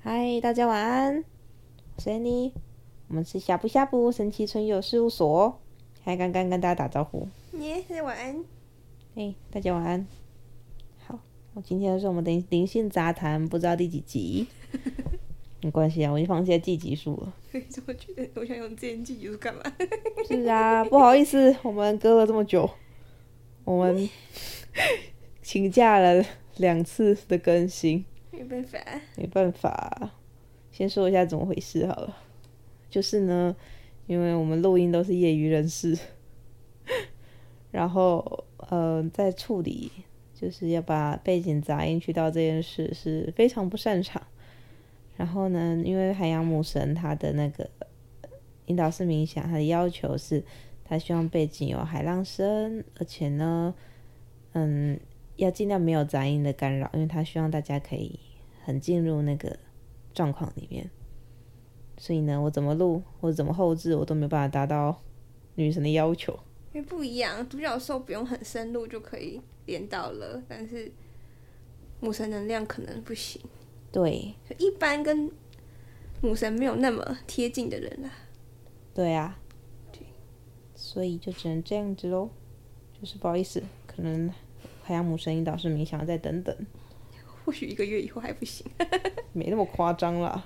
嗨，大家晚安，我是 Annie，我们是呷哺呷哺神奇春游事务所。还刚刚跟大家打招呼，耶，大家晚安。 哎、大家晚安。好，我今天是我们灵灵性杂谈，不知道第几集，没关系啊，我已经放下记集数了。所以我觉得我想用这件记忆干嘛？是啊，不好意思，我们隔了这么久，我们请假了两次的更新。没办法，没办法，先说一下怎么回事好了。就是呢，因为我们录音都是业余人士， 然后呃，在处理就是要把背景杂音去掉这件事是非常不擅长。然后呢，因为海洋母神她的那个引导式冥想，她的要求是，她希望背景有海浪声，而且呢，嗯，要尽量没有杂音的干扰，因为她希望大家可以很进入那个状况里面。所以呢，我怎么录或者怎么后置，我都没办法达到女神的要求。因为不一样，独角兽不用很深入就可以连到了，但是母神能量可能不行，对，就一般跟母神没有那么贴近的人啦。对啊，对，所以就只能这样子喽。就是不好意思，可能海洋母神引导师冥想再等等，或许一个月以后还不行，没那么夸张啦。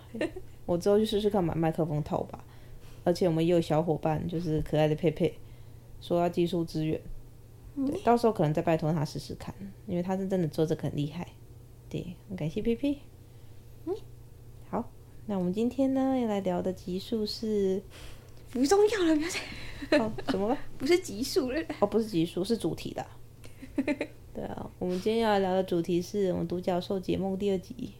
我之后去试试看买麦克风套吧。而且我们也有小伙伴，就是可爱的佩佩，说要技术支援，对，到时候可能再拜托他试试看，因为他是真的做这个很厉害。对，很感谢佩佩。嗯，好，那我们今天呢要来聊的集数是，不重要了，不要再哦，怎么了？不是级数了。哦，不是集数，是主题的。对啊，我们今天要聊的主题是我们《独角兽解梦》第二集。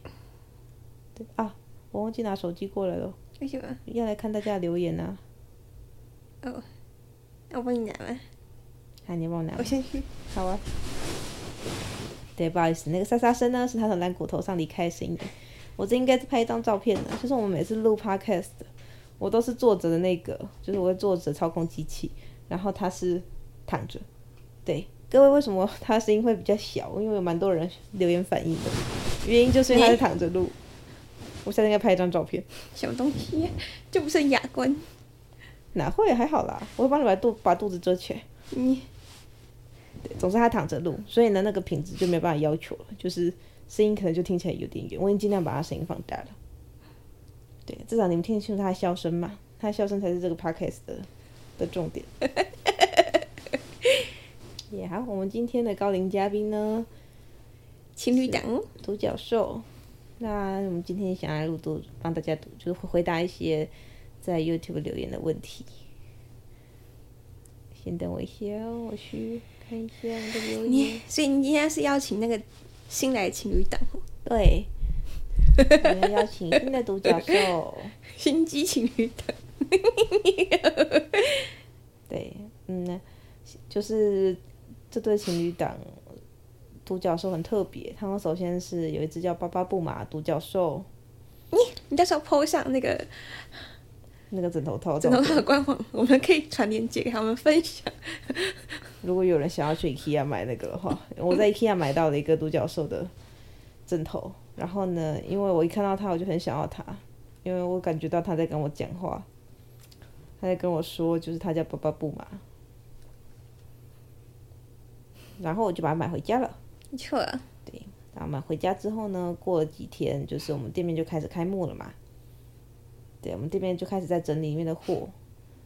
对啊，我忘记拿手机过来了，为什么？要来看大家的留言啊。那我帮你拿吗？啊，你帮我拿我。先去。好啊。对，不好意思，那个沙沙声呢是他从蓝骨头上离开的声音。我这应该是拍一张照片的，就是我们每次录 podcast，我都是坐着的那个，就是我会坐着操控机器，然后他是躺着。对，各位为什么他声音会比较小？因为有蛮多人留言反映的，原因就是因为他是躺着录。我现在应该拍一张照片，小东西，就不剩牙关。哪会还好啦，我会帮你把肚把肚子遮起来。你对总之他躺着录，所以呢，那个品质就没办法要求了，就是声音可能就听起来有点远。我已经尽量把他声音放大了，对，至少你们听得清楚他的笑声嘛，他的笑声才是这个 podcast 的的重点。也好，我们今天的高龄嘉宾呢，情侣档哦，独角兽。那我们今天想要录读，帮大家读，就是回回答一些在 YouTube 留言的问题。先等我一下哦，我去看一下我们的留言。你所以你今天是邀请那个新来的情侣档哦，对，我们邀请新的独角兽。心机情侣档。对，嗯，就是这对情侣档，独角兽很特别。他们首先是有一只叫巴巴布马的独角兽，你到时候 PO 上那个那个枕头套枕照头片。套的官网，我们可以传链接给他们分享。如果有人想要去 IKEA 买那个的话，我在 IKEA 买到了一个独角兽的枕头。然后呢，因为我一看到它，我就很想要它，因为我感觉到它在跟我讲话，它在跟我说，就是它叫巴巴布嘛。然后我就把它买回家了。没错啊，然后买回家之后呢，过了几天，就是我们店面就开始开幕了嘛。对，我们店面就开始在整理里面的货。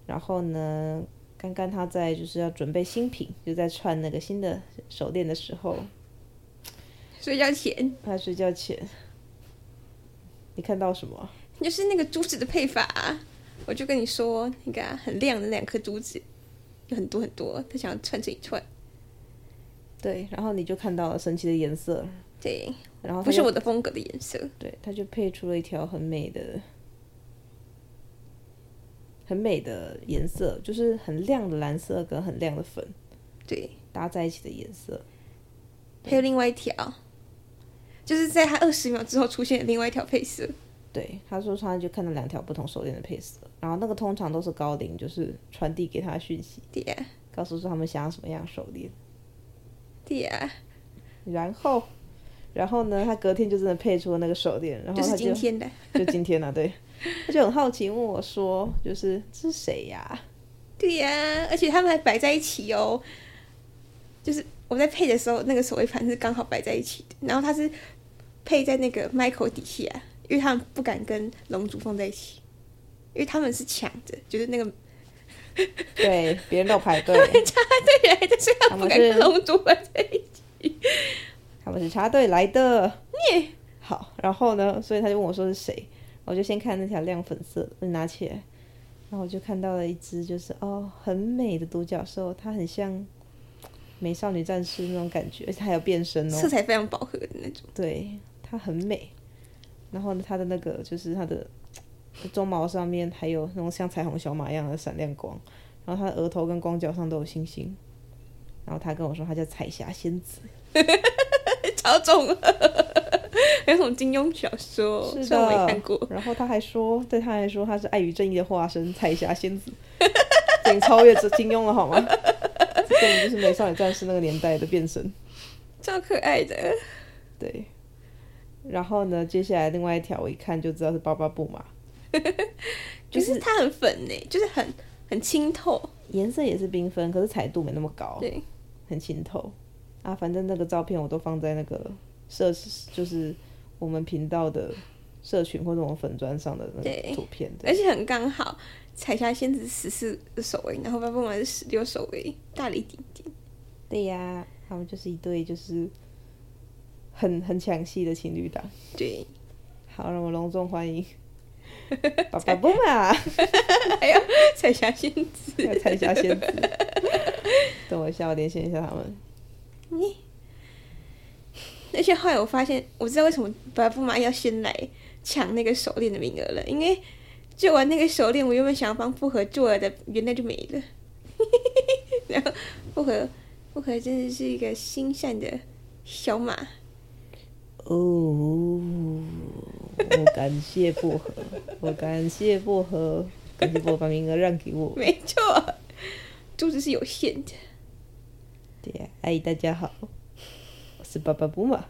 然后呢，刚刚他在就是要准备新品，就在串那个新的手链的时候，睡觉前他睡觉前，你看到什么？就是那个珠子的配法啊、我就跟你说，那个啊、很亮的两颗珠子，有很多很多，他想要串成一串。对，然后你就看到了神奇的颜色，对，然后他不是就我的风格的颜色，对，他就配出了一条很美的、很美的颜色，就是很亮的蓝色跟很亮的粉对，搭在一起的颜色。还有另外一条，就是在他二十秒之后出现的另外一条配色，对，他说他就看到两条不同手链的配色，然后那个通常都是高龄，就是传递给他讯息，对呀、告诉说他们想要什么样的手链。对呀、然后，然后呢，他隔天就真的配出了那个手链，然后就是他今就天的，就今天啊， 对，他就很好奇问我说，就是这是谁呀、 对呀、而且他们还摆在一起哦。就是我在配的时候，那个手绘盘是刚好摆在一起的，然后它是配在那个 Michael 底下，因为他们不敢跟龙族放在一起，因为他们是抢着，就是那个对，别人都排 队，对呀，但是啊他不敢跟龙族放在一起。他们是插队来的。好，然后呢，所以他就问我说是谁，我就先看那条亮粉色的，我就拿起来，然后我就看到了一只就是哦很美的独角兽，它很像美少女战士那种感觉，而且它还有变身色哦，彩非常饱和的那种，对，它很美。然后呢，它的那个就是它的鬃毛上面还有那种像彩虹小马一样的闪亮光，然后它的额头跟光脚上都有星星。然后他跟我说，他叫彩霞仙子。超重 了，还有什么金庸小说，是的虽然我没看过，然后他还说，对他来说，他是爱与正义的化身，彩霞仙子， 已经超越这金庸了好吗？ 这根本就是美少女战士那个年代的变身。超可爱的。对，然后呢，接下来另外一条我一看就知道是巴巴布嘛，就可是它很粉呢、就是很很清透，颜色也是缤纷，可是彩度没那么高，对，很清透啊。反正那个照片我都放在那个社，就是我们频道的社群或者我们粉砖上的那对哎个图片。对而且很刚好。彩霞仙子十四首位，然后巴布玛是十六首位，大了一点点。对呀，他们就是一对就是很很抢戏的情侣档。对，好，让我隆重欢 迎爸爸布 玛，彩霞仙还有子，彩霞仙子。等我一下，我连线一下他们。你。而且后来我发现，我知道为什么巴布玛要先来抢那个手链的名额了，因为做完那个手链，我原本想要帮复合做的，原来就没了。 然后复合，复合真的是一个心善的小马，哦，我感谢薄荷，我感谢薄荷，感谢薄荷把名额让给我。没错， 肚子是有限的。对呀，阿姨大家好，我是爸爸布玛。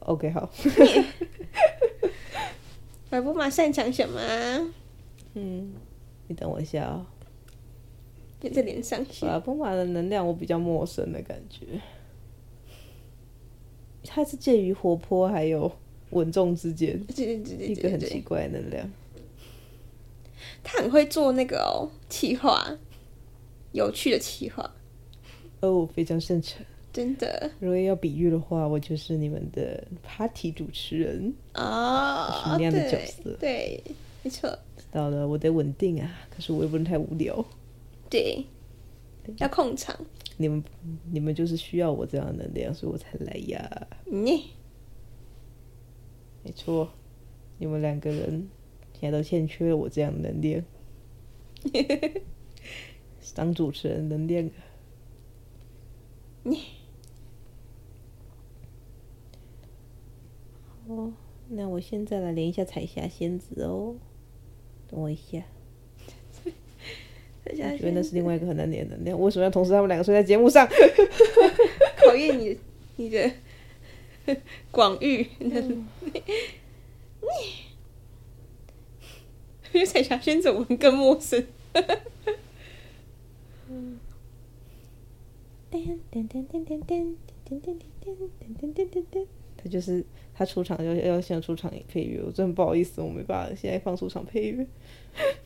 OK，好，白布马擅长什么啊？嗯，你等我一下啊、就在脸上写哦。，爸爸布玛的能量我比较陌生的感觉，它是介于活泼还有稳重之间，对对对一个对对很奇对，怪的能量。他很会做那个哦，企划，有趣的企划，哦，非常擅长。真的如果要比喻的话，我就是你们的 party 主持人。哦，什么样的角色对对，没错，到了，我得稳定啊，可是我又不能太无聊。对，要控场。你们你们就是需要我这样的能量，所以我才来呀。你没错，你们两个人现在都欠缺我这样的能量， 当主持人能量。你哦，那我现在来连一下彩霞仙子哦，等我一下。大我家觉得那是另外一个很难连的能量，为什么要同时他们两个睡在节目上？考验你的你的广域。嗯 因为彩霞仙子我们更陌生， 他就是他出场要要先有出场配乐，我真的很不好意思，我没办法现在放出场配乐。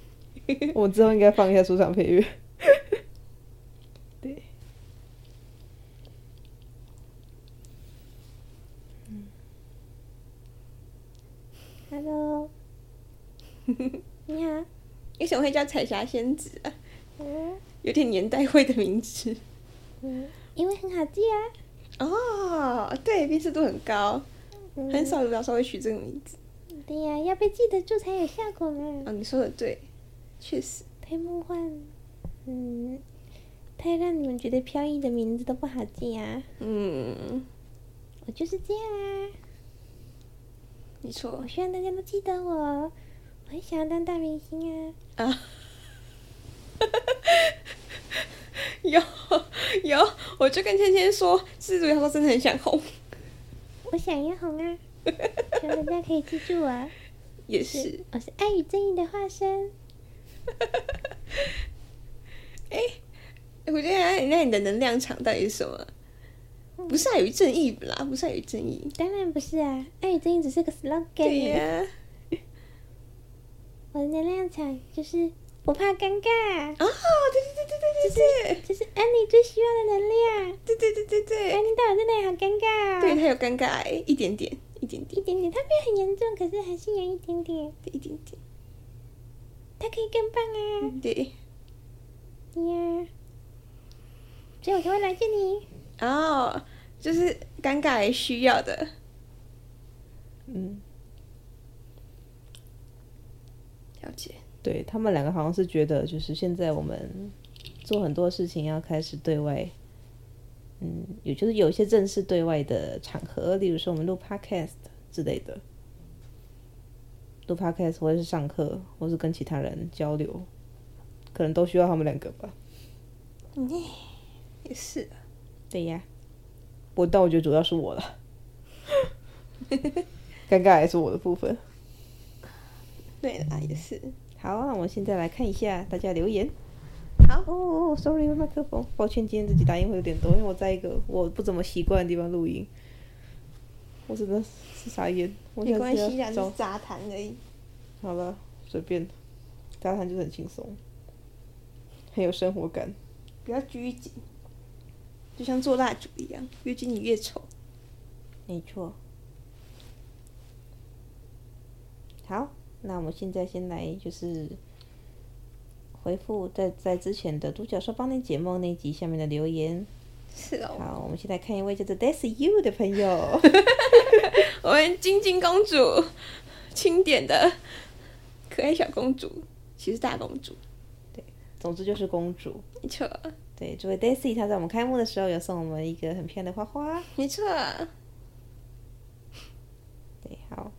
我之后应该放一下出场配乐。对， Hello，你好，为什么会叫彩霞仙子啊？嗯有点年代味的名字嗯，因为很好记啊，哦，对，辨识度很高，很少有老师会取这个名字。嗯。对呀、要被记得住才有效果嘛。哦，你说的对，确实，太梦幻，嗯，太让你们觉得飘逸的名字都不好记啊。嗯，我就是这样啊，没错我，希望大家都记得我，我很想要当大明星啊。 有有，我就跟芊芊说，自主小说真的很想红，我想要红 啊！希望大家可以记住我，也是。 我是爱与正义的化身。哎、我觉得那你的能量场到底是什么？不是爱与正义啦，不是爱与正义。当然不是啊，爱与正义只是个 slogan。啊对呀、我的能量场就是不怕尴尬，哦，对对对对对这是安妮最需要的能量。对对对对对对安对，妮到我这里好尴尬、哦，对他有尴尬、欸，一点点，一点点，一点点，她没有很严重，可是还是有一点点，一点点，嗯她可以更棒啊！对。呀、所以我才会来见你。哦，就是尴尬也需要的。嗯，了解。对他们两个好像是觉得，就是现在我们做很多事情要开始对外，嗯，也就是有一些正式对外的场合，例如说我们录 podcast 之类的，录 podcast 或者是上课，或是跟其他人交流，可能都需要他们两个吧。嗯，也是啊。对呀，我但我觉得主要是我了， 尴尬也是我的部分。对啦，也是。好，那我们现在来看一下大家留言。好，哦，sorry，麦克风，抱歉，今天这集打音会有点多，因为我在一个我不怎么习惯的地方录音，我真的是傻眼。我没下关次要系啦，只找是杂谈而已。好了，随便，杂谈就是很轻松，很有生活感。不要拘谨，就像做蜡烛一样，越拘谨越丑。没错。好，那我们现在先来就是回复在在之前的独角兽帮你解梦那一集下面的留言。是哦，好，我们现在看一位叫做 That's You 的朋友。我们晶晶公主，钦点的可爱小公主，其实大公主，总之就是公主。没错，对，这位 Daisy 她在我们开幕的时候有送我们一个很漂亮的花花。没错。对，好，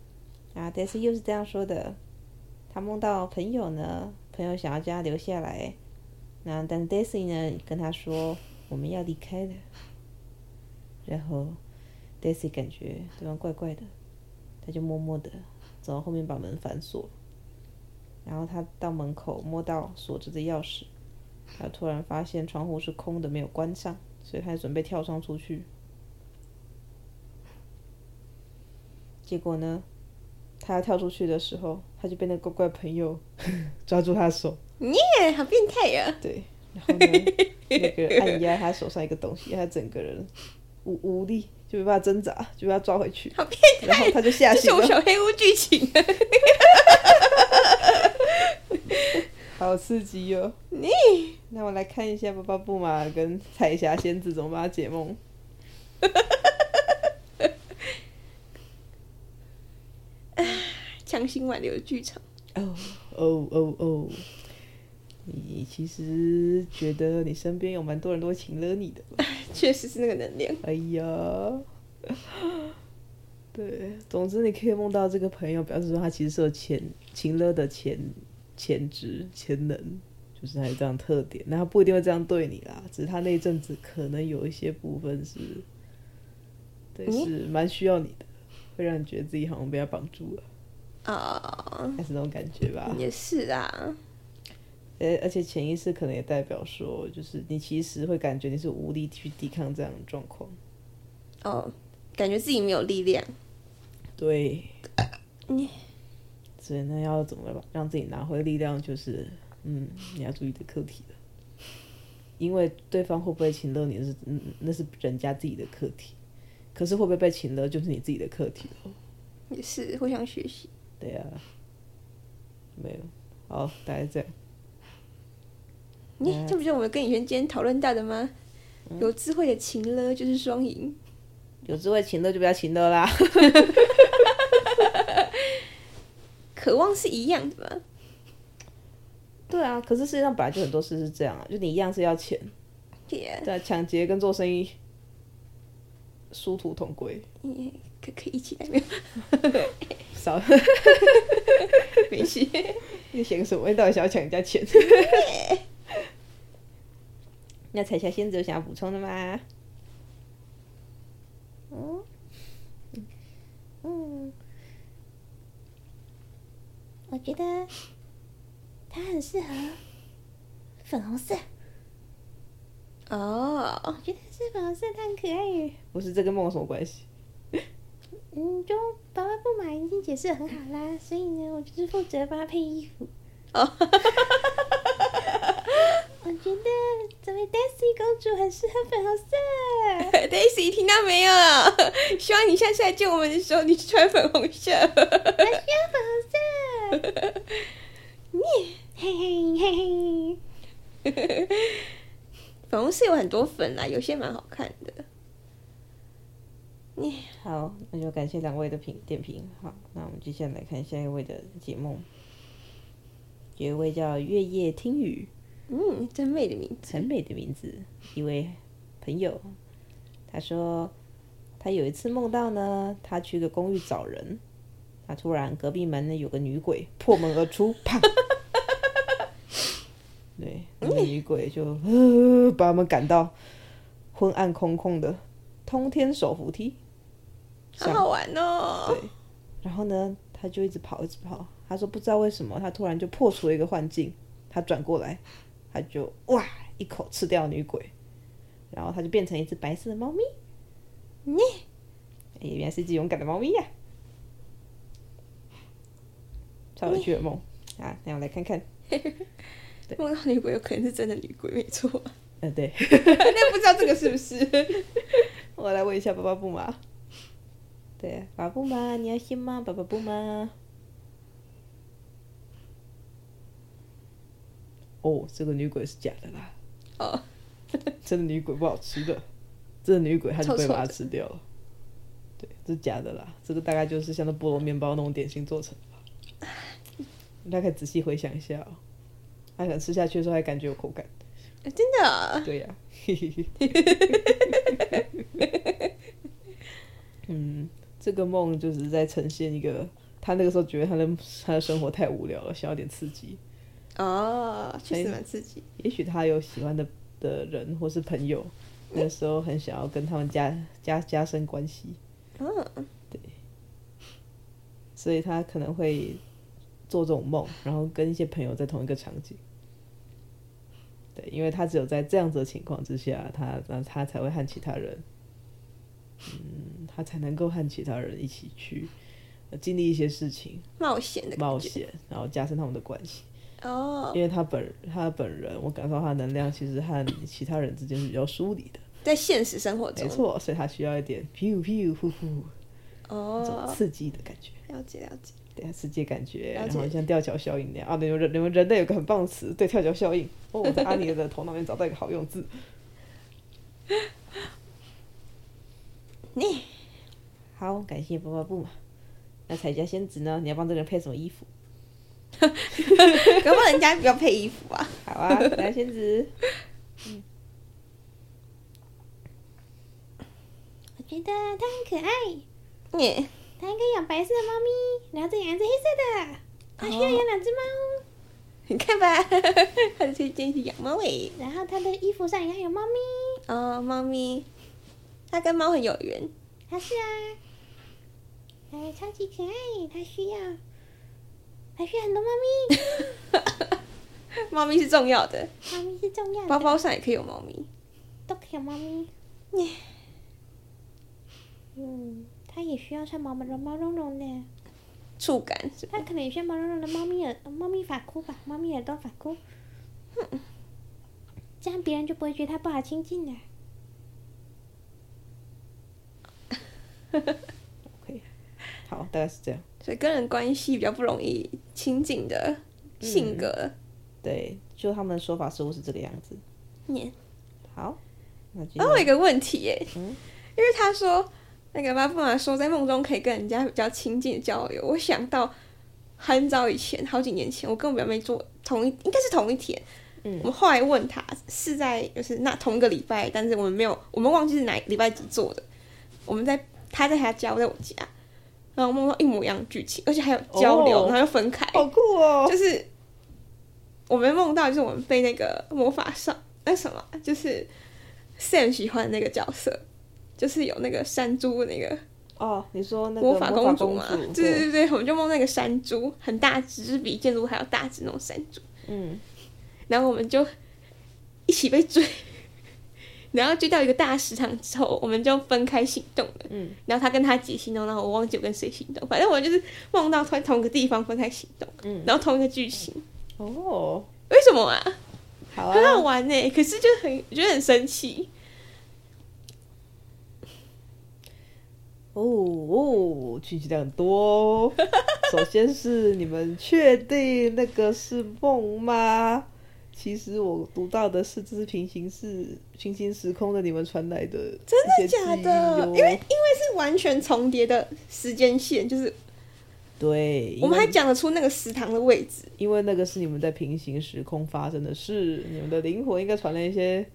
啊，Daisy 又是这样说的，她梦到朋友呢，朋友想要叫她留下来，那但是 Daisy 呢跟她说我们要离开了，然后 Daisy 感觉对方怪怪的，她就默默的走到后面把门反锁，然后她到门口摸到锁着的钥匙，她突然发现窗户是空的，没有关上，所以她就准备跳窗出去。结果呢，他要跳出去的时候，他就被那个怪怪朋友 抓住他的手，哎，好变态呀、对，然后呢，那个人按压他手上一个东西，他整个人无无力，就没办法挣扎，就被他抓回去， 好变态！啊然后他就吓这是醒我们了，小黑屋剧情啊！ 好刺激哦！你那我来看一下巴巴布玛跟彩霞仙子怎么帮他解梦。 强行挽留剧场，哦哦哦哦，你其实觉得你身边有蛮多人都会请了你的。确实是那个能量。哎呀，对，总之你可以梦到这个朋友，表示说他其实是有潜情勒的潜潜质、潜能，就是他有这样的特点。那他不一定会这样对你啦，只是他那一阵子可能有一些部分是，对，嗯是蛮需要你的，会让你觉得自己好像被他绑住了，哦，还是那种感觉吧。也是啊，呃，而且潜意识可能也代表说，就是你其实会感觉你是无力去抵抗这样的状况。哦，感觉自己没有力量，对，你所以那要怎么把让自己拿回力量，就是嗯，你要注意的课题了。因为对方会不会请了你是，嗯，那是人家自己的课题。可是会不会被请了，就是你自己的课题了。也是互相学习。对啊，没有，好，大概这样。你、嗯这不就是我们跟以前今天讨论到的吗？有智慧的情了就是双赢，有智慧请了就不要请了啦。渴望是一样的嘛。对啊，可是世界上本来就很多事是这样啊，就你一样是要钱，对啊，对啊，抢劫跟做生意殊途同归。可可以一起来没有？少，没事。你想什么？你到底想要抢人家钱？ 那彩霞仙子有想要补充的吗？嗯嗯，我觉得它很适合粉红色，哦我，觉得是粉红色，它很可爱耶。不是，这跟梦有什么关系？嗯，就爸爸不买已经解释得很好啦，所以呢，我就是负责帮他配衣服。哦， 我觉得这位 Daisy 公主很适合粉红色。 Daisy 听到没有？ 希望你下次来见我们的时候，你穿粉红色。我需要粉红色。你嘿嘿嘿嘿，粉红色有很多粉啊啦，有些蛮好看的。你好，那就感谢两位的评点评。好，那我们接下来看下一位的解梦，有一位叫月夜听雨，嗯，真美的名字。很美的名字，一位朋友，他说他有一次梦到呢，他去一个公寓找人，他突然隔壁门呢有个女鬼破门而出，啪！对，那个女鬼就、呃、把我们赶到昏暗空空的通天手扶梯，好上好玩哦！对，然后呢，他就一直跑，一直跑。他说不知道为什么，他突然就破除了一个幻境，他转过来，他就哇一口吃掉女鬼，然后他就变成一只白色的猫咪。你哎，原来是一只勇敢的猫咪呀、超有趣的梦啊！那我来看看，梦到女鬼有可能是真的女鬼，没错。呃，对 但不知道这个是不是？我来问一下爸爸布马。对，爸爸布马，你要信吗？爸爸布马。哦，这个女鬼是假的啦。 哦，真的女鬼不好吃的，真的女鬼她就被臭臭把它的吃掉了。对，这是假的啦，这个大概就是像那菠萝面包那种点心做成的吧。你大概仔细回想一下哦，他可能吃下去的时候还感觉有口感。真的啊对呀、嘿嘿嘿。嗯，这个梦就是在呈现一个他那个时候觉得他的他的生活太无聊了，想要点刺激。哦，确实蛮刺激。也许他有喜欢的的人或是朋友，那时候很想要跟他们加加加深关系，嗯，所以他可能会做这种梦，然后跟一些朋友在同一个场景。对，因为他只有在这样子的情况之下，他那他才会和其他人，嗯，他才能够和其他人一起去呃经历一些事情、冒险的感觉冒险，然后加深他们的关系。哦，因为他本他本人，我感受他的能量其实和其他人之间是比较疏离的。在现实生活中没，错，所以他需要一点 pew pew 呼呼这种哦，刺激的感觉，了解了解。对，刺激的感觉，了然解后像吊桥效应那样啊，你们人你们人类有个很棒的词，对，吊桥效应。哦，我在阿尼的头脑里面找到一个好用字。你 好，感谢爸爸布嘛。那彩家仙子呢？你要帮这个人配什么衣服？搞不好人家不要配衣服啊？ 好啊，彩家仙子。我觉得它很可爱，你它应该养白色的猫咪，然后再养一只黑色的。它需要养两只猫，你看吧， 他的推荐是养猫诶。然后它的衣服上也要有猫咪。哦，猫咪，它跟猫很有缘。 它是啊，哎，超级可爱，它需要，它需要很多猫咪，猫咪是重要的，猫咪是重要的，包包上也可以有猫咪。 都可以有猫咪。你嗯，它也需要穿毛毛绒毛茸茸的。触感是它可能也像毛茸茸的猫咪耳、猫咪发箍吧，猫咪耳朵发箍。这样别人就不会觉得它不好亲近啊了。 OK，好，大概是这样。所以跟人关系比较不容易亲近的性格。对，就他们的说法似乎是这个样子。念、好，那接下然后我来有一个问题耶，嗯因为他说那个巴布玛说在梦中可以跟人家比较亲近的交流，我想到很早以前，好几年前，我跟我表妹做同一，应该是同一天。嗯我们后来问他是在就是那同一个礼拜，但是我们没有，我们忘记是哪礼拜几做的。我们在他在他家，我在我家，然后梦到一模一样的剧情，而且还有交流，哦然后又分开，好酷哦！就是我们梦到就是我们被那个魔法少那什么，就是 Sam 喜欢的那个角色，就是有那个山猪那个哦，你说那个魔法公主主嘛，对对对对，我们就梦那个山猪，很大只，就是比建筑物还要大只那种山猪，嗯，然后我们就一起被追。 然后追到一个大食堂之后，我们就分开行动了。嗯，然后他跟他姐行动，然后我忘记我跟谁行动，反正我就是梦到同同一个地方分开行动，嗯然后同一个剧情，哦，为什么啊？好很好啊，玩呢、可是就很觉得很神奇。哦哦，剧情量很多哦。首先是你们确定那个是梦吗？其实我读到的是这是平行世平行时空的你们传来的、真的假的？因为因为是完全重叠的时间线，就是对，我们还因为讲得出那个食堂的位置，因为那个是你们在平行时空发生的事，你们的灵魂应该传了一些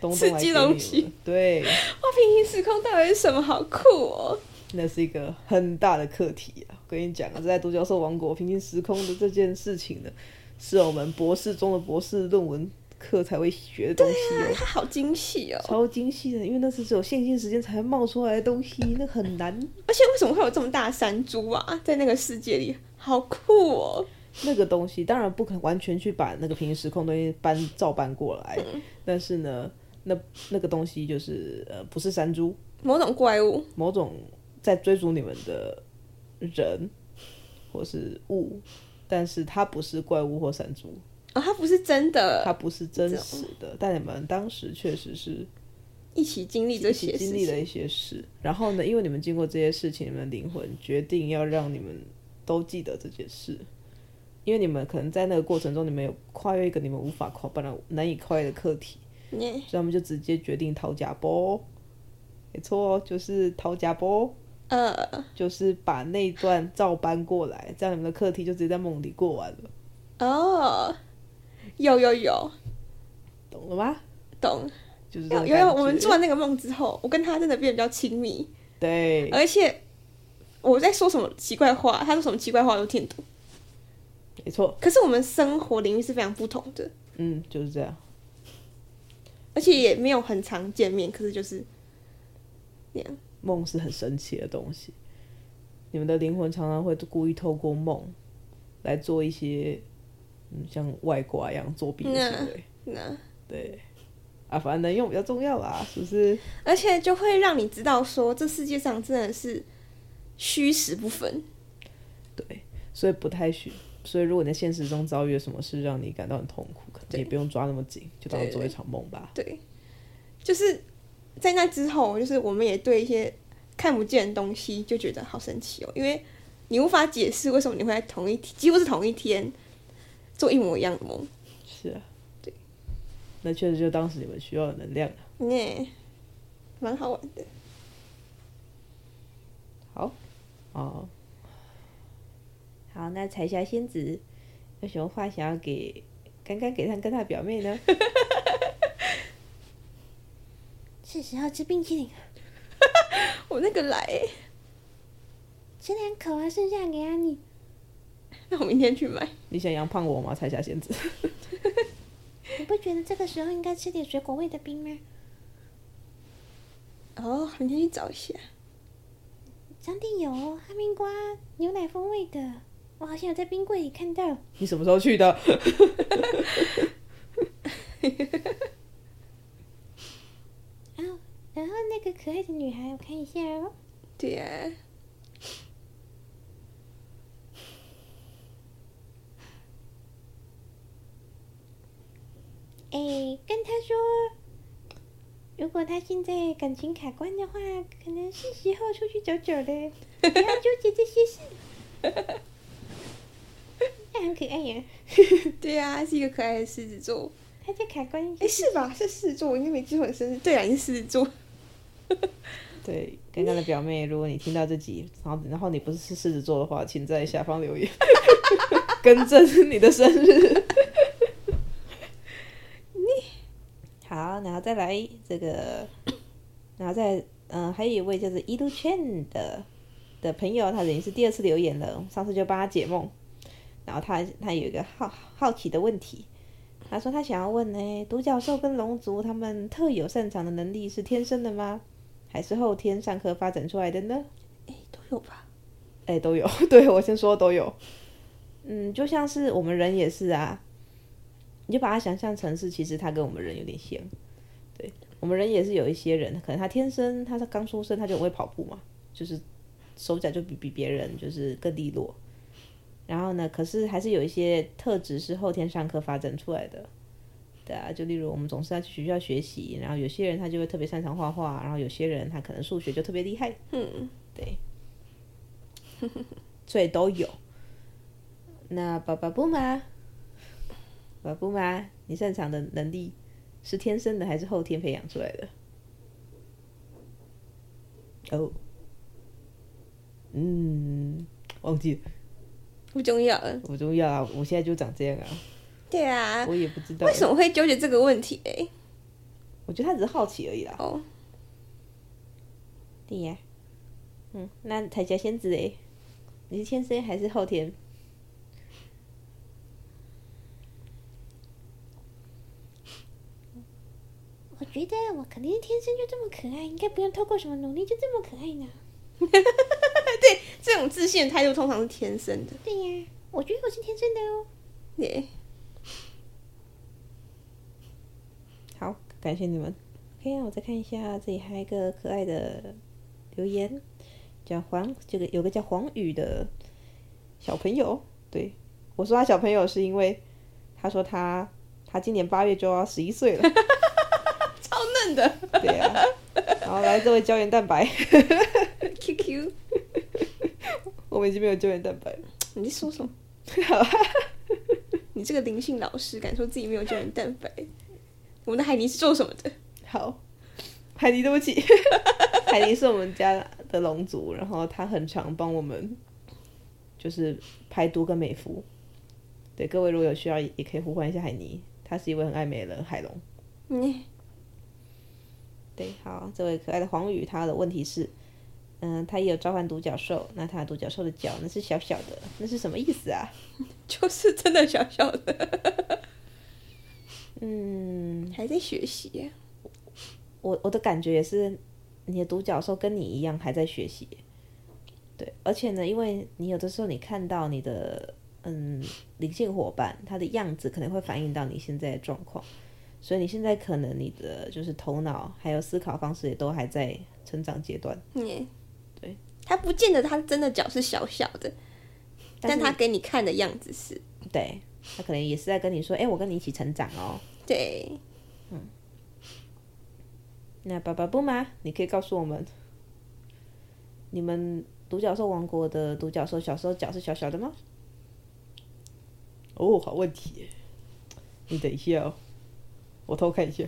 东东来刺给激你东们西。对，哇，平行时空到底是什么？好酷哦！那是一个很大的课题啊！我跟你讲，在独角兽王国平行时空的这件事情呢，是我们博士中的博士论文课才会学的东西啊哦，它好精细哦！超精细的，因为那是只有线性时间才会冒出来的东西，那很难。而且为什么会有这么大的山猪啊？在那个世界里，好酷哦！那个东西当然不可能完全去把那个平行时空东西搬照搬过来，但是呢，那那个东西就是呃，不是山猪，某种怪物，某种在追逐你们的人或是物，但是它不是怪物或山猪。哦，它不是真它的，不是真实的，但你们当时确实是一起经历这一起些事经历了情，一些事。然后呢，因为你们经过这些事情，你们的灵魂决定要让你们都记得这件事，因为你们可能在那个过程中，你们有跨越一个你们无法跨、本来难以跨越的课题，耶所以他们就直接决定掏假包。没错哦，就是掏假包，呃，就是把那段照搬过来，这样你们的课题就直接在梦里过完了，哦，有有有，懂了吗？懂。就是这有种有有，感我们觉做完那个梦之后，我跟他真的变得比较亲密，对，而且我在说什么奇怪话，他说什么奇怪话我都听得懂。没错，可是我们生活领域是非常不同的，嗯，就是这样。而且也没有很常见面，可是就是那样。梦是很神奇的东西，你们的灵魂常常会故意透过梦来做一些，嗯，像外挂一样作弊的行嗯为。那对，啊，反正能用比较重要啦，是不是？而且就会让你知道说，这世界上真的是虚实不分。对，所以不太需。所以，如果你在现实中遭遇了什么事让你感到很痛苦，可能对也不用抓那么紧，就当对做一场梦吧。对，就是在那之后，就是我们也对一些看不见的东西就觉得好神奇哦，因为你无法解释为什么你会在同一天，几乎是同一天做一模一样的梦。是啊，对，那确实就当时你们需要的能量啊。那蛮好玩的。好，哦，好，那彩霞仙子，有什么话想要给刚刚给他跟他表妹呢？是时候吃冰淇淋了，我哦那个来，吃两口啊，剩下给阿你。 那我明天去买。 你想养胖我吗？才下仙子。你不觉得这个时候应该吃点水果味的冰吗？哦，明天去找一下。商店有哦，哈密瓜、牛奶风味的，我好像有在冰柜里看到。啊你什么时候去的？然后，然后那个可爱的女孩，我看一下哦。对呀、 啊，哎，跟她说，如果她现在感情卡关的话，可能是时候出去走走了，不要纠结这些事。那很可爱呀、对呀、是一个可爱的狮子座。她在卡关。哎，是吧？是狮子座，我应该没记错你生日。对啊， 你是狮子座。对，刚刚的表妹，如果你听到这集，然后然后你不是狮子座的话，请在下方 留言更正你的生日。好，然后再来 这个，然后再嗯、呃还有一位叫做一路圈的的朋友，他等于是第二次留言了，上次就帮他解梦。然后他他有一个好好奇的问题，他说他想要问呢，独角兽跟龙族他们特有擅长的能力是天生的吗？还是后天上课发展出来的呢？哎，都有吧？哎，都有。 对我先说都有。嗯，就像是我们人也是啊，你就把它想象成是，其实它跟我们人有点像。对我们人也是有一些人，可能他天生他是刚出生他就很会跑步嘛，就是手脚就比比别人就是更利落。然后呢，可是还是有一些特质是后天上课发展出来的。对啊，就例如我们总是要去学校学习，然后有些人他就会特别擅长画画，然后有些人他可能数学就特别厉害。嗯，所以都有。那爸爸不吗？爸爸不吗？你擅长的能力是天生的还是后天培养出来的？哦，嗯，忘记了，不重要了。不重要啊，我现在就长这样啊，对啊，我也不知道为什么会纠结这个问题、哎，我觉得他只是好奇而已啦。哦，对呀，嗯，那彩霞仙子诶，你是天生还是后天？我觉得我肯定是天生就这么可爱，应该不用透过什么努力就这么可爱呢。这种自信的态度通常是天生的。对呀，我觉得我是天生的哦。对，好，感谢你们。OK 啊，我再看一下，这里还有一个可爱的留言，叫黄，这个有个叫黄宇的小朋友。对我说他小朋友是因为他说他他今年八月就要十一岁了。超嫩的对啊，然后来这位胶原蛋白， QQ，我们已经没有胶原蛋白了。 你在说什么？ 你这个灵性老师敢说自己没有胶原蛋白？我们的海尼是做什么的？好，海迪，对不起，海迪是我们家的龙族，然后他很常帮我们就是排毒跟美肤。对各位如果有需要，也可以呼唤一下海尼，他是一位很爱美的海龙。你对，好，这位可爱的黄宇，他的问题是，嗯、他也有召唤独角兽，那他独角兽的角那是小小的，那是什么意思啊？ 就是真的小小的， 嗯，还在学习耶、我我的感觉也是，你的独角兽跟你一样还在学习，对，而且呢，因为你有的时候你看到你的嗯灵性伙伴他的样子，可能会反映到你现在的状况，所以你现在可能你的就是头脑还有思考方式也都还在成长阶段，你对，嗯他不见得他真的脚是小小的，但是他给你看的样子是，对他可能也是在跟你说，哎、我跟你一起成长哦。对，那爸爸不吗？你可以告诉我们，你们独角兽王国的独角兽小时候脚是小小的吗？哦，好问题耶。你等一下哦，我偷看一下。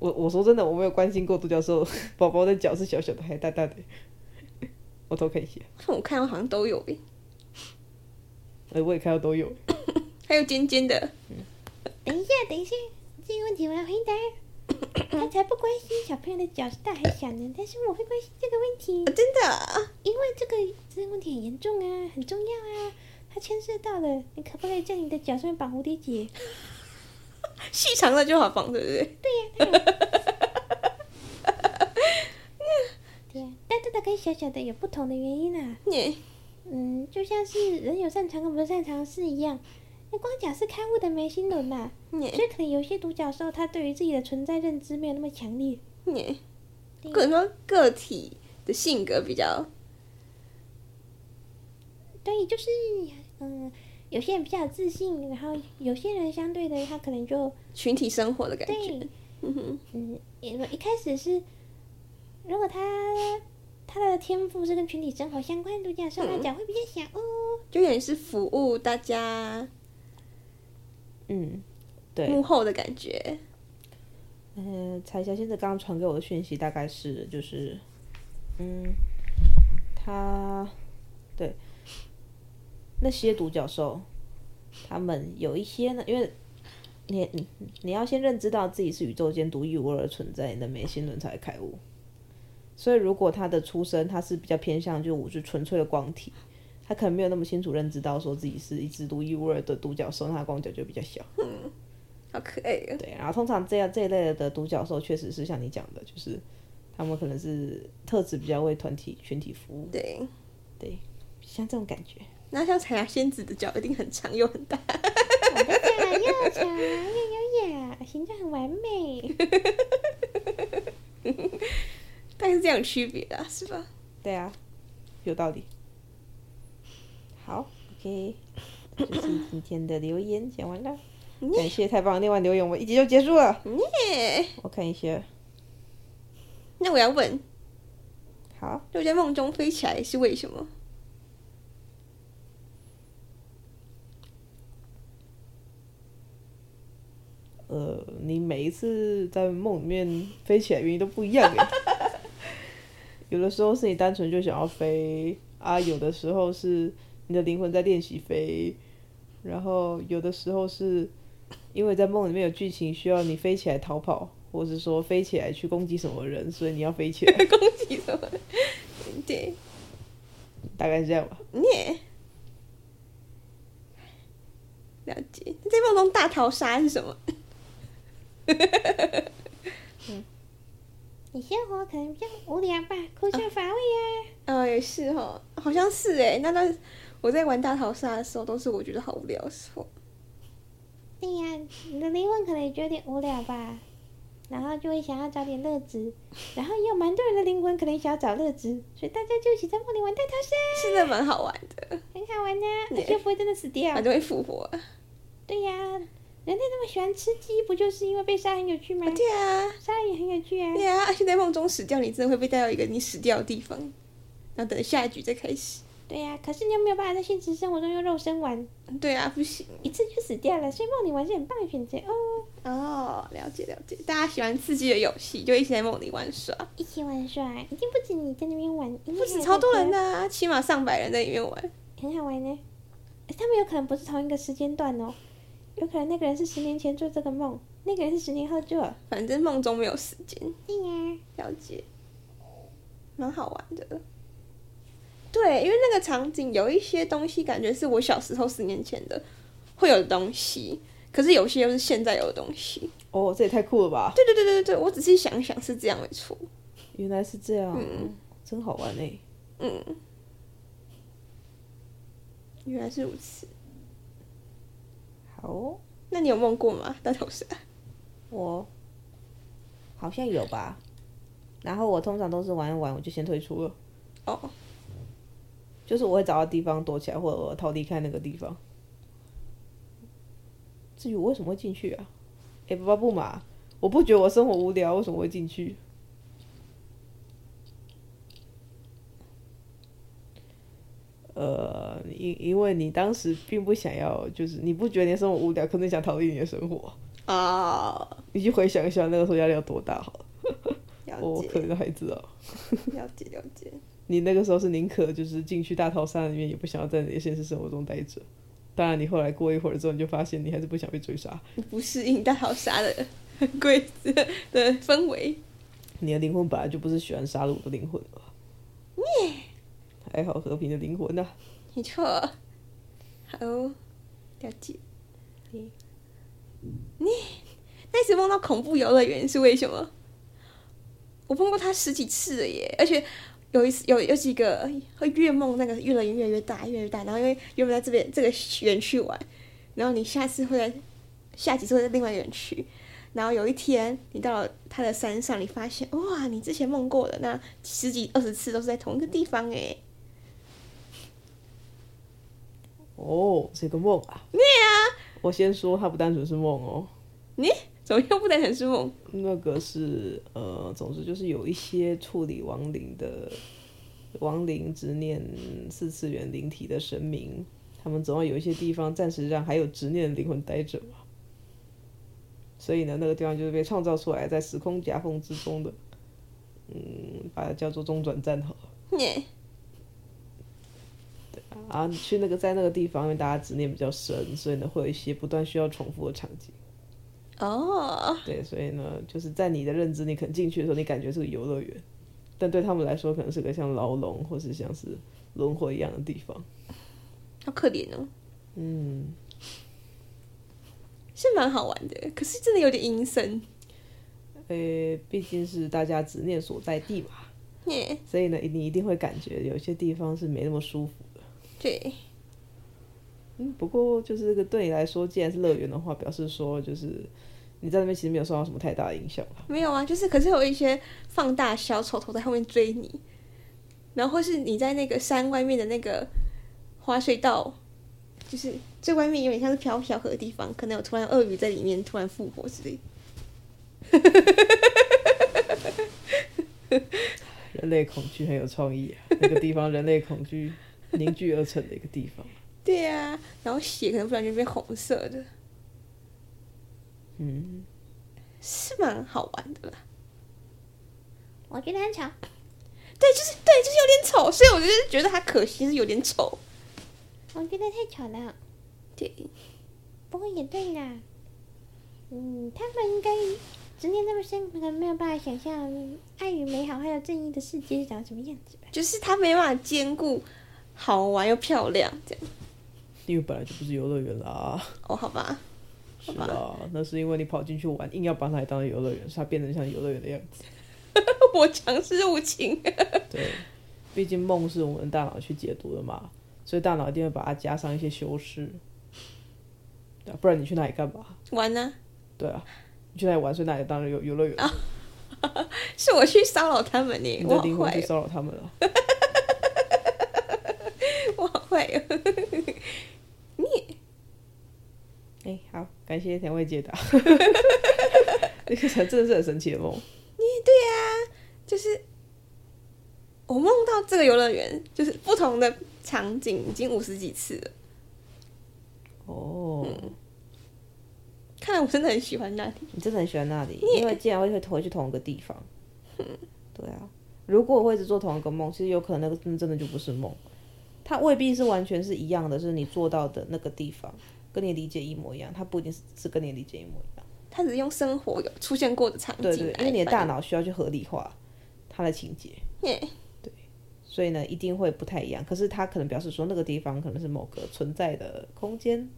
我我说真的，我没有关心过独角兽宝宝的脚是小小的还是大大的。我偷看一下，看我看我好像都有诶，呃，我也看到都有。还有尖尖的，等一下，等一下，这个问题我要回答。他才不关心小朋友的脚是大还是小呢，但是我会关心这个问题啊，，真的啊，因为这个这个问题很严重啊，很重要啊，它牵涉到了你可不可以在你的脚上面绑蝴蝶结？细长了就好放，对不对？对呀、大大的跟小小的有不同的原因啦、你嗯，就像是人有擅长跟不擅长的事一样，那光脚是开悟的眉心轮呐、所你以可能有些独角兽它对于自己的存在认知没有那么强烈。你，对个人说个体的性格比较，对，就是嗯，有些人比较有自信，然后有些人相对的他可能就群体生活的感觉对，，嗯哼，嗯，也一开始是，如果他他的天赋是跟群体生活相关，独角兽他嗯脚会比较小哦。就有点是服务大家嗯，对。幕后的感觉，嗯，彩霞仙子刚刚传给我的讯息大概是就是，嗯，他对那些独角兽，他们有一些呢，因为你你你要先认知到自己是宇宙间独一无二的存在，你的眉心轮才会开悟。所以如果他的出身他是比较偏向就我是纯粹的光体，他可能没有那么清楚认知到说自己是一只独一无二的独角兽，那他光脚就比较小。好可爱哦。对，然后通常这样这一类的独角兽确实是像你讲的，就是他们可能是特质比较为团体群体服务，对，像这种感觉。那像彩霞仙子的脚一定很长又很大，我的脚又长 又优雅，形状很完美。但是这样有区别的、是吧？对啊，有道理。好，OK，这就是今天的留言讲完了，感谢太棒的另外留言，我们一集就结束了。耶、我看一下，那我要问，好，就在梦中飞起来是为什么？ 呃，你每一次在梦里面飞起来原因都不一 样耶有的时候是你单纯就想要飞啊，有的时候是你的灵魂在练习飞，然后有的时候是因为在梦里面有剧情需要你飞起来逃跑，或是说飞起来去攻击什么人，所以你要飞起 来，恭喜什么？对，大概是这样吧。耶、了解。那在梦中大逃杀是什么？你生活可能比较无聊吧，枯啊燥乏味啊呀、呃，也是哦，好像是哎。那段我在玩大逃杀的时候，都是我觉得好无聊的时候。对呀、你的灵魂可能也觉得有点无聊吧，然后就会想要找点乐子，然后也有蛮多人的灵魂可能想要找乐子，所以大家就一起在梦里玩大逃杀，是的，蛮好玩的，很好玩呐、对而且不会真的死掉反。正会复活啊。对呀、人类那么喜欢吃鸡，不就是因为被杀很有趣吗？对啊，杀人也很有趣啊。 对啊，而且在梦中死掉，你真的会被带到一个你死掉的地方，然后等下一局再开始。对呀、可是你又没有办法在现实生活中用肉身玩，对啊，不行。一次就死掉了，所以梦里玩是很棒的选择哦。哦，了解了解，大家喜欢刺激的游戏，就一起在梦里玩耍。一起玩耍，一定不止你在那边玩，不不止超多人的、啊，起码上百人在里面玩。很好玩呢。而且他们有可能不是同一个时间段哦，有可能那个人是十年前做这个梦，那个人是十年后做。反正梦中没有时间，对呀，了解，蛮好玩的。对，因为那个场景有一些东西，感觉是我小时候十年前的会有的东西，可是有些又是现在有的东西。哦，这也太酷了吧！对对对对对，我仔细想想是这样没错。原来是这样，嗯真好玩哎！嗯，原来是如此。好哦，那你有梦过吗？大头蛇？我好像有吧。然后我通常都是玩一玩，我就先退出了， 哦，就是我会找到地方躲起来，或者我逃离开那个地方。至于我为什么会进去啊？哎、不巴不嘛，我不觉得我生活无聊，为什么会进去？呃，因因为你当时并不想要，就是你不觉得你的生活无聊，可能你想逃离你的生活。啊哦，你去回想一下那个时候压力有多大好了。了我哦可解，怜的孩子啊，了解，了解。你那个时候是宁可就是进去大逃杀里面，也不想要在你的现实生活中待着。当然，你后来过一会儿之后，你就发现你还是不想被追杀， 不适应大逃杀的 规则的氛围。你的灵魂本来就不是喜欢杀戮的灵魂啊。 还好和平的灵魂呐、没错，好，了解。你嗯那次梦到恐怖游乐园是为什么？我梦过它十几次了耶，而且有一次有有几个哎会越梦那个游乐园越来越大，越来越大。然后因为原本在这边这个园区玩，然后你下次会在下几次会在另外一个园区。然后有一天，你到了它的山上，你发现哇，你之前梦过的那十几二十次都是在同一个地方哎，哦，这个梦啊！对啊，我先说，它不单纯是梦哦，怎么又不单纯是梦？那个是呃，总之就是有一些处理亡灵的亡灵执念四次元灵体的神明，他们总要有一些地方暂时让还有执念的灵魂待着嘛。所以呢，那个地方就是被创造出来，在时空夹缝之中的，嗯，把它叫做中转站好了。耶、啊，去那个在那个地方，因为大家执念比较深，所以呢，会有一些不断需要重复的场景。哦，对，所以呢，就是在你的认知，你可能进去的时候，你感觉是个游乐园，但对他们来说，可能是个像牢笼或是像是轮回一样的地方。好可怜哦，嗯，是蛮好玩的，可是真的有点阴森诶、毕竟是大家执念所在地嘛，耶。所以呢，你一定会感觉有些地方是没那么舒服的。对，嗯，不过就是这个对你来说，既然是乐园的话，表示说就是你在那边其实没有受到什么太大的影响吧。没有啊，就是可是有一些放大小丑头在后面追你，然后或是你在那个山外面的那个滑水道，就是最外面有点像是漂漂河的地方，可能有突然鳄鱼在里面突然复活之类的。人类恐惧很有创意、啊，那个地方人类恐惧凝聚而成的一个地方。对啊，然后血可能不然就变红色的，嗯，是蛮好玩的啦。我觉得很吵。对，就是对，就是有点丑，所以我就是觉得它可惜是有点丑。我觉得太吵了，对，不过也对啦。嗯，他们应该执念那么深，可能没有办法想象爱与美好还有正义的世界是长什么样子吧。就是它没办法兼顾好玩又漂亮这样。因为本来就不是游乐园啦，哦，好吧，是啊，那是因为你跑进去玩，硬要把它当成游乐园，所以它变成像游乐园的样子。我强势入侵。对，毕竟梦是我们大脑去解读的嘛，所以大脑一定会把它加上一些修饰。对啊，不然你去那里干嘛？玩呢、对啊，你去那里玩，所以那里当然有游乐园，是我去骚扰他们呢，你我的好灵魂坏去哦，骚扰他们了。 我好坏哦。哎、好，感谢两位解答。 这个真的是很神奇的梦，就是我梦到这个游乐园，就是不同的场景已经五十几次了，哦，看来我真的很喜欢那里。你真的很喜欢那里，因为既然会回去同一个地 方，对啊，如果我一直做同一个梦，其实有可能那个真真的就不是梦，它未必是完全是一样的，是你做到的那个地方跟你理解一模一样，它不一定是是跟你理解一模一样，他只是用生活有出现过的场景对对，因为你的来大翻脑需要去合理化它的情节，耶所以呢一定会不太一样，可是它可能表示说那个地方可能是某个存在的空间。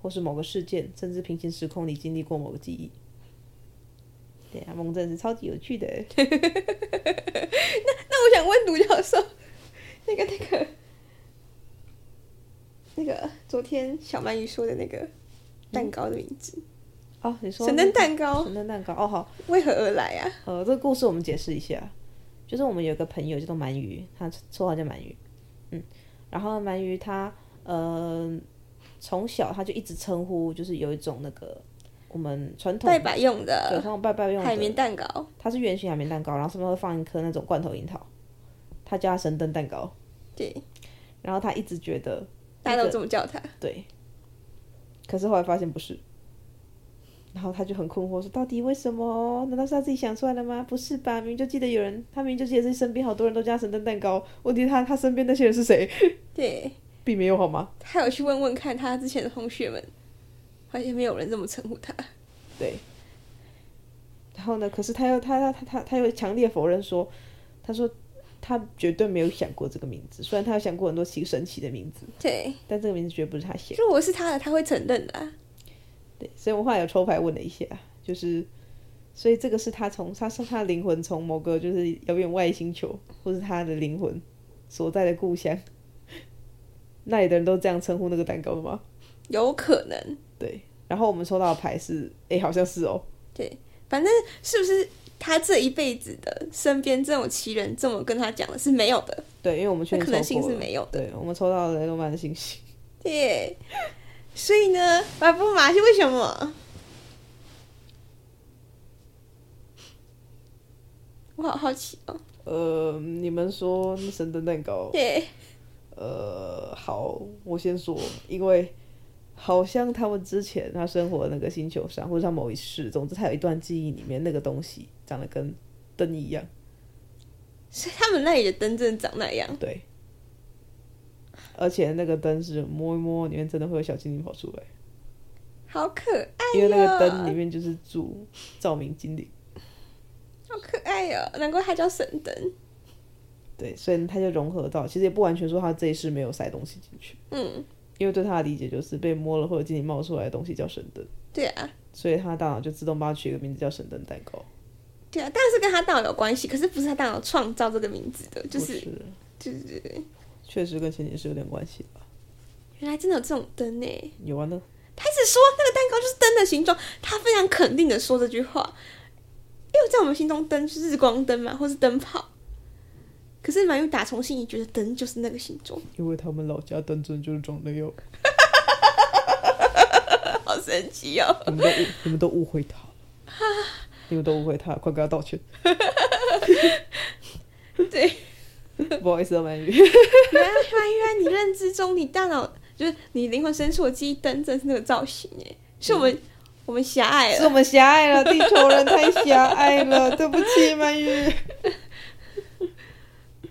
或是某个事件，甚至平行时空里经历过某个记忆，对啊，梦真是超级有趣的。那我想问独角兽，那个那个那个昨天小鳗鱼说的那个蛋糕的名字，哦，你说神灯蛋糕神灯蛋糕哦，好，为何而来啊？呃，这个故事我们解释一下，就是我们有一个朋友叫做鳗鱼，他绰号叫鳗鱼，嗯，然后鳗鱼他呃从小他就一直称呼，就是有一种那个我们传统拜拜用对传的统拜拜用海绵的，蛋糕，它是圆形海绵蛋糕，然后上面会放一颗那种罐头樱桃，他叫它神灯蛋糕，对，然后他一直觉得大家那都个这么叫它。对，可是后来发现不是，然后他就很困惑说：“到底为什么？难道是他自己想出来的吗？不是吧？明明就记得有人，他明明就记得自己身边好多人都叫他神灯蛋糕，问题是他他身边那些人是谁，对，并没有好吗？他有去问问看他之前的同学们，发现没有人这么称呼他。对。然后呢？可是他又他他他他他又强烈否认说，他说他绝对没有想过这个名字，虽然他有想过很多奇神奇的名字，对，但这个名字绝不是他写的。”如果是他的，他会承认的、啊。对，所以我后来有抽牌问了一下，就是，所以这个是他从他是他的灵魂从某个就是遥远外星球，或是他的灵魂所在的故乡， 那里的人都这样称呼那个蛋糕的吗？有可能，对。然后我们抽到的牌是，哎，好像是哦，反正是不是他这一辈子的身边这种奇人这么跟他讲的是没有的，对，因为我们确那实可能抽性过是了，没有的。对，我们抽到了动漫的信息，对，所以呢，白布马是为什么？我好好奇哦。呃，你们说那神灯蛋糕，对，呃，好，我先说，因为好像他们之前他生活的那个星球上，或者他某一世，总之他有一段记忆里面那个东西长得跟灯一样，所以他们那里的灯真的长那样。对，而且那个灯是摸一摸里面真的会有小精灵跑出来，好可爱、哦，因为那个灯里面就是住照明精灵，好可爱哦，难怪它叫神灯。对，所以他就融合到，其实也不完全说他这一世没有塞东西进去，嗯，因为对他的理解就是被摸了或者自己冒出来的东西叫神灯，对啊，所以他大脑就自动帮他取一个名字叫神灯蛋糕，对啊，但是跟他大脑有关系，可是不是他大脑创造这个名字的，就不是是就是对，确实跟前景是有点关系吧？原来真的有这种灯欸呢。有啊，那他一直说那个蛋糕就是灯的形状，他非常肯定的说这句话，因为在我们心中灯就是日光灯嘛，或是灯泡。可是马玉打从心里觉得灯就是那个形状， 因为他们老家灯真的就是长那样，好神奇哦！你们都误你们都误会 他了，你们都误会他了，快跟他道歉，对， 不好意思啊， 曼玉，原来原来你认知中，你大脑就是你灵魂深处的记忆灯，真是那个造型哎，是我们、我们狭隘是我了，们狭隘了，地球人太狭隘了，对不起，曼玉。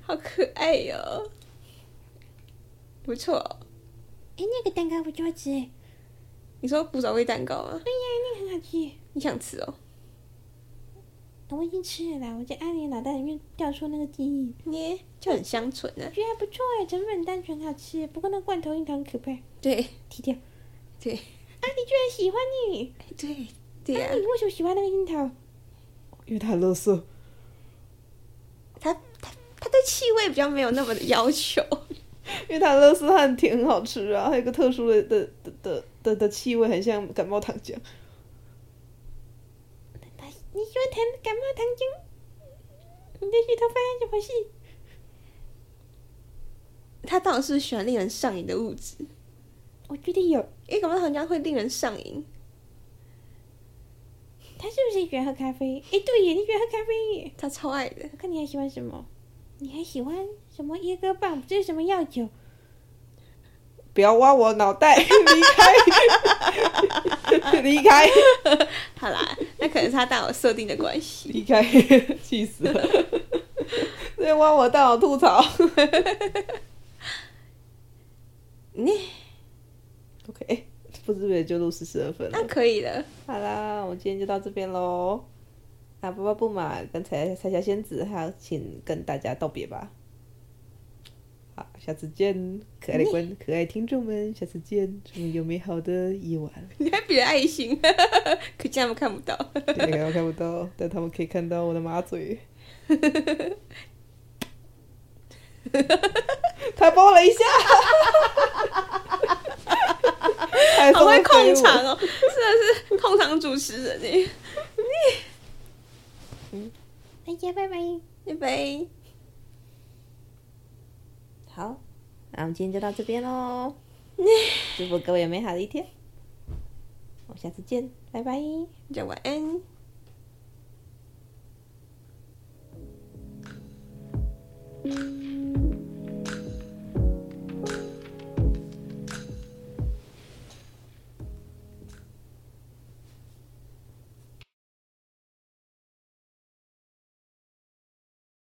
好可爱哟、不错哦、哎，那个蛋糕我就要吃，哎你说古早味蛋糕吗？对呀，那个很好吃。你想吃哦？我已经吃了啦，我在阿莲脑袋里面调出那个记忆，耶，就很香醇啊我。觉得还不错哎，整本单纯好吃，不过那罐头印堂可怕，对踢掉。对阿丽居然喜欢你，对对啊呀、阿丽为什么喜欢那个樱桃？因为他很垃圾，他他他对气味比较没有那么的要求。因为他很垃圾，它很甜，很好吃啊，还有一个特殊的的的的的的气味，很像感冒糖浆。你喜欢糖感冒糖浆？你的洗头发什么事？他当然是喜欢令人上瘾的物质，我觉得有。因为感冒糖浆会令人上瘾。他是不是也喜欢喝咖啡？哎，对耶，你喜欢喝咖啡耶？他超爱的，我看你还喜欢什么？你还喜欢什么椰哥棒？这是什么药酒？不要挖我脑袋， 离开，离开，好啦，那可能是他大脑设定的关系。离开， 气死 了！在挖我大脑吐槽。你 OK，哎不知不觉就录四十二分那了。可以了，好啦，我们今天就到这边喽。啊，不爸不马跟彩彩霞仙子，还有请跟大家道别吧。好，下次见，可爱的观可爱听众们，下次见，祝你有美好的夜晚。你还比人爱心， 可见他们看不到。对，我看不到，但他们可以看到我的马嘴。 他包了一下，还 好送会了控哎飞舞场哦，真的是控场主持人欸 耶。大家拜拜。拜拜。好，那我们今天就到这边 喽，祝福各位有美好的一天，我们下次见，拜拜。大家晚安。